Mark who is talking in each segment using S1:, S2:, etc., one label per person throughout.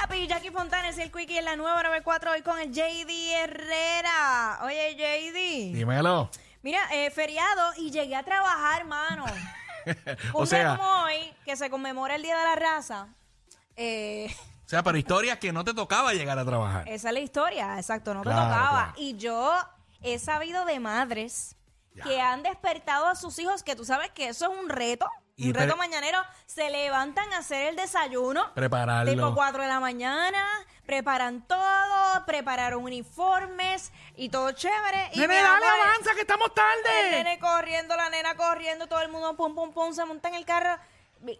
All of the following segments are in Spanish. S1: Zapi, Jackie Fontanes y el Quickie en la nueva 94 hoy con el JD Herrera. Oye, JD.
S2: Dímelo.
S1: Mira, eh, feriado y llegué a trabajar, mano. Un
S2: o,
S1: día
S2: sea, o
S1: como hoy, que se conmemora el Día de la Raza. Eh,
S2: sea, pero historias que no te tocaba llegar a trabajar.
S1: esa es la historia, exacto, no te
S2: Claro,
S1: tocaba.
S2: claro.
S1: Y yo he sabido de madres que han despertado a sus hijos, que tú sabes que eso es un reto.
S2: Y
S1: un reto
S2: pero-
S1: mañanero. Se levantan a hacer el desayuno. Tipo
S2: Prepararlo.
S1: 4 de la mañana, preparan todo, prepararon uniformes y todo chévere. Y mi
S2: Nene, dale,
S1: abuela-
S2: avanza, que estamos
S1: El
S2: tarde.
S1: nene corriendo, la nena corriendo, todo el mundo pum, pum, pum, se monta en el carro.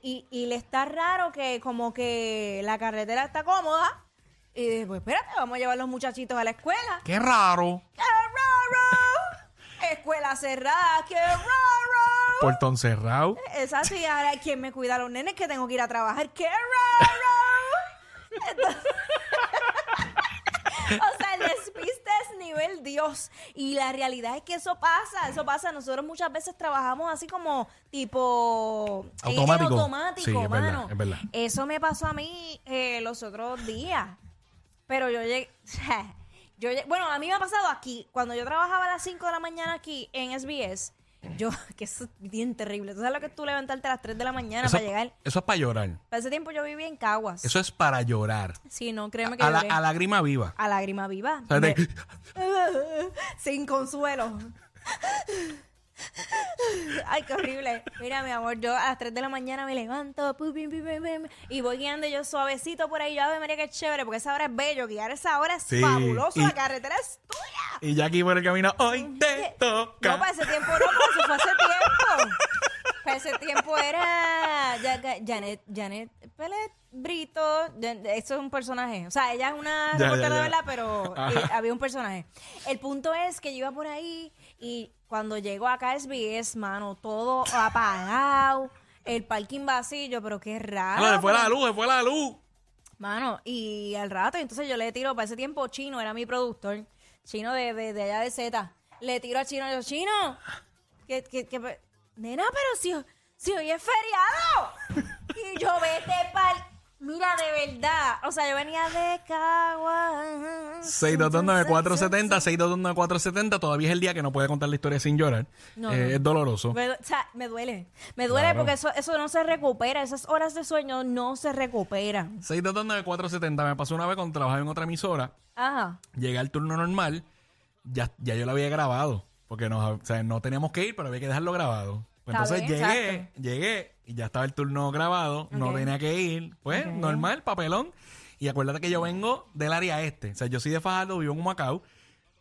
S1: Y, y le está raro que como que la carretera está cómoda. Y después, espérate, vamos a llevar los muchachitos a la escuela.
S2: Qué raro.
S1: ¡Qué raro! Escuela cerrada, ¡qué raro!
S2: Portón cerrado.
S1: Es así, ahora ¿quién me cuida a los nenes que tengo que ir a trabajar? ¡Qué raro! Entonces- o sea, el despiste es nivel Dios. Y la realidad es que eso pasa, eso pasa. Nosotros muchas veces trabajamos así como tipo... en- en
S2: Automático.
S1: automático,
S2: Sí, es verdad,
S1: mano.
S2: es verdad.
S1: Eso me pasó a mí eh, los otros días. Pero yo llegué... yo llegué- Bueno, a mí me ha pasado aquí. Cuando yo trabajaba a las 5 de la mañana aquí en SBS, yo... Que eso es bien terrible. Tú sabes lo que es tú levantarte a las 3 de la mañana
S2: Eso,
S1: para llegar.
S2: eso es para llorar.
S1: Para ese tiempo yo vivía en Caguas.
S2: Eso es para llorar.
S1: Sí, no, créeme que
S2: A, la,
S1: lloré.
S2: a lágrima viva.
S1: A lágrima viva.
S2: O sea,
S1: Me-
S2: de-
S1: Sin consuelo. Ay, qué horrible. Mira, mi amor, yo a las 3 de la mañana me levanto pu, pim, pim, pim, pim, y voy guiando yo suavecito por ahí. Yo, Ave María, qué chévere, porque esa hora es bello. Guiar esa hora es
S2: Sí,
S1: fabuloso.
S2: y-
S1: La carretera es tuya.
S2: y Jackie por el camino. Hoy te toca.
S1: No, para ese tiempo no, porque eso fue hace tiempo. Para ese tiempo era Ya- Ya- Janet, Janet Pellet Brito. Jan- Eso es un personaje. O sea, ella es una
S2: Ya, ya,
S1: reportera de
S2: ya.
S1: verdad, pero eh,
S2: Ajá.
S1: había un personaje. El punto es que yo iba por ahí y cuando llego acá a SBS, mano, todo apagado, el parking vacío, pero qué raro.
S2: Claro, Ah, se fue
S1: pero-
S2: la luz, se fue la luz.
S1: Mano, y al rato, entonces yo le tiro, para ese tiempo Chino era mi productor, Chino de, de, de allá de Z, le tiro a Chino, yo, Chino, que, que, que, pe- nena, pero si, ho- si hoy es feriado, y yo vete para, mira, de verdad, o sea, yo venía de Cagua.
S2: 6229470, 6229470, todavía es el día que no puede contar la historia sin llorar.
S1: No,
S2: Eh,
S1: no.
S2: Es doloroso.
S1: Me, du- o sea, me duele, me duele
S2: Claro.
S1: porque eso, eso no se recupera, esas horas de sueño no se recuperan.
S2: 6229470, me pasó una vez cuando trabajaba en otra emisora,
S1: Ajá,
S2: llegué al turno normal, ya, ya yo lo había grabado, porque nos, o sea, no teníamos que ir, pero había que dejarlo grabado. Pues
S1: Está
S2: entonces
S1: bien,
S2: llegué,
S1: exacto.
S2: llegué y ya estaba el turno grabado, no
S1: Ok.
S2: tenía que ir, pues
S1: Ok.
S2: normal, papelón. Y acuérdate que yo vengo del área este, o sea, yo soy de Fajardo, vivo en Macao,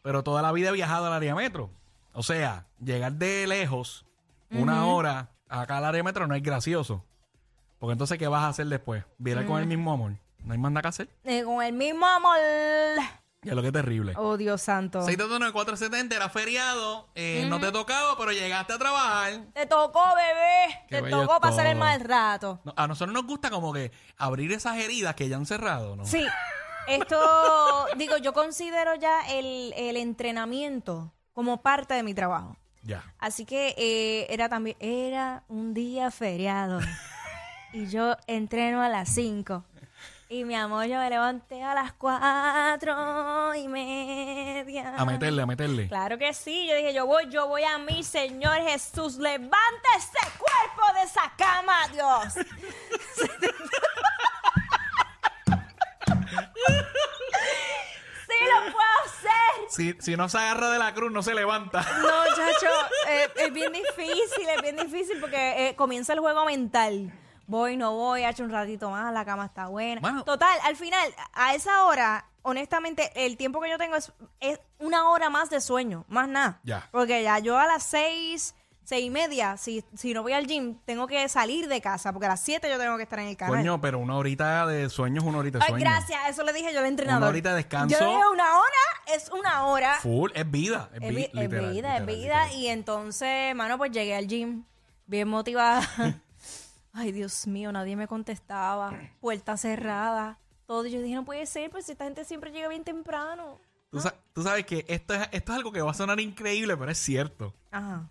S2: pero toda la vida he viajado al área metro. O sea, llegar de lejos, una hora, acá al área metro no es gracioso. Porque entonces, ¿qué vas a hacer después? Virar con el mismo amor. No hay más nada que hacer.
S1: Eh, con el mismo amor.
S2: Ya lo que es terrible.
S1: Oh, Dios santo.
S2: 6229470 era feriado, eh, no te tocaba, pero llegaste a trabajar.
S1: Te tocó, bebé.
S2: Qué
S1: te
S2: bello
S1: tocó pasar
S2: todo.
S1: el mal rato.
S2: No, a nosotros nos gusta como que abrir esas heridas que ya han cerrado, ¿no?
S1: Sí. Esto, digo, yo considero ya el, el entrenamiento como parte de mi trabajo.
S2: Ya.
S1: Así que eh, era también, era un día feriado. y yo entreno a las 5. Y mi amor, yo me levanté a las 4 y media.
S2: A meterle, a meterle.
S1: Claro que sí, yo dije, yo voy, yo voy a mi Señor Jesús, levanta ese cuerpo de esa cama, Dios. sí lo puedo hacer.
S2: Si, si no se agarra de la cruz, no se levanta.
S1: No, chacho, eh, es bien difícil, es bien difícil porque eh, comienza el juego mental. Voy, no voy, hace un ratito más, la cama está buena.
S2: Mano.
S1: Total, al final, a esa hora, honestamente, el tiempo que yo tengo es, es una hora más de sueño, más nada.
S2: Ya.
S1: Porque ya yo a las seis, seis y media, si, si no voy al gym, tengo que salir de casa, porque a las siete yo tengo que estar en el canal.
S2: Coño, pero una horita de sueños, una horita de
S1: Ay,
S2: sueño.
S1: gracias, eso le dije yo al entrenador.
S2: horita de descanso.
S1: Yo le dije una hora, es una hora.
S2: Full, es vida. Es,
S1: Es,
S2: vi-
S1: vi- es
S2: literal,
S1: vida, es
S2: literal,
S1: vida.
S2: literal.
S1: Y entonces, mano, pues llegué al gym bien motivada. Ay, Dios mío, nadie me contestaba. Puerta cerrada. Todo. Yo dije, no puede ser, pues si esta gente siempre llega bien temprano.
S2: Tú, sa- tú sabes que esto es, esto es algo que va a sonar increíble, pero es cierto.
S1: Ajá.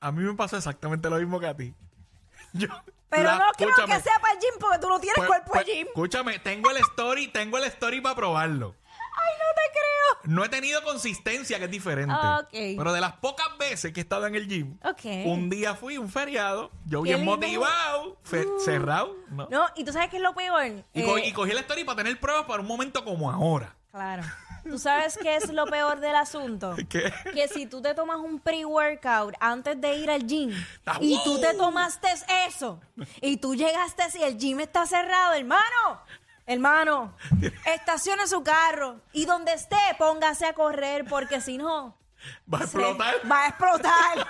S2: A mí me pasó exactamente lo mismo que a ti. Yo-
S1: Pero
S2: la-
S1: no creo
S2: escúchame,
S1: que sea para el gym porque tú no tienes
S2: pues-
S1: cuerpo
S2: pues,
S1: de gym.
S2: Escúchame, tengo el story, tengo el story para probarlo.
S1: Ay, no te creo.
S2: No he tenido consistencia, que es diferente.
S1: Ah, ok.
S2: Pero de las pocas veces que he estado en el gym,
S1: Ok.
S2: un día fui, un feriado, yo
S1: Qué
S2: bien
S1: lindo.
S2: motivado, fe- cerrado. ¿no?
S1: No, y tú sabes qué es lo peor.
S2: Y, co-
S1: Eh,
S2: y cogí el story para tener pruebas para un momento como ahora.
S1: Claro. ¿Tú sabes qué es lo peor del asunto?
S2: ¿Qué?
S1: Que si tú te tomas un pre-workout antes de ir al gym
S2: Ah,
S1: y tú
S2: wow.
S1: te tomaste eso y tú llegaste y el gym está cerrado, hermano, hermano, estaciona su carro y donde esté póngase a correr porque si no...
S2: Va a
S1: se
S2: explotar.
S1: Va a explotar.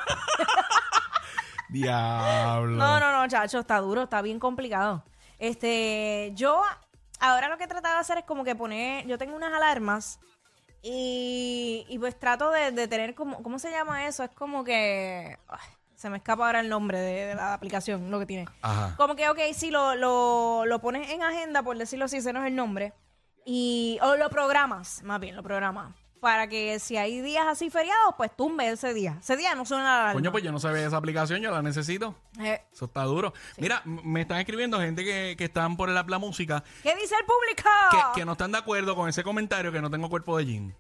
S2: Diablo.
S1: No, no, no, chacho, está duro, está bien complicado. Este, yo ahora lo que he tratado de hacer es como que poner, yo tengo unas alarmas y, y pues trato de, de tener como, ¿cómo se llama eso? Es como que, ay, se me escapa ahora el nombre de, de la aplicación, lo que tiene.
S2: Ajá.
S1: Como que, ok, si lo, lo, lo pones en agenda, por decirlo así, ese no es el nombre, y, o lo programas, más bien, lo programas. Para que si hay días así feriados, pues tumbe ese día. Ese día no suena la alarma.
S2: Coño, pues yo no sabía esa aplicación, yo la necesito.
S1: Eh,
S2: Eso está duro. Mira, m- me están escribiendo gente que, que están por el app La Música
S1: ¿Qué dice el público?
S2: que, que no están de acuerdo con ese comentario que no tengo cuerpo de gym.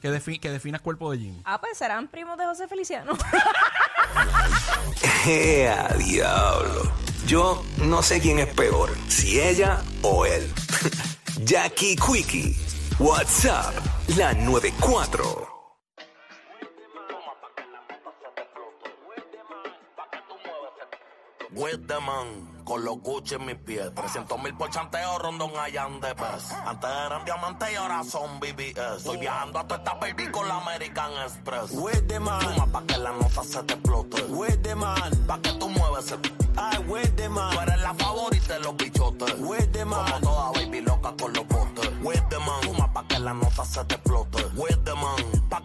S2: Que, defi- que definas cuerpo de gym.
S1: Ah, pues serán primos de José Feliciano.
S3: ¡Ea, diablo! Yo no sé quién es peor, si ella o él. Jackie Quickie, WhatsApp, la 94.
S4: Wideman, con los Gucci en mis pies. 300 mil por chanteo, rondón allán de pez. Antes eran diamantes y ahora son BBS. Estoy viajando a toda esta baby con la American Express. Wideman, fuma pa' que la nota se te explote. Wideman, pa' que tú mueves el... Ay, Wideman, tú eres la favorita de los bichotes. Wideman, como toda baby loca con los botes. Wideman, fuma pa' que la nota se te explote. Wideman, pa'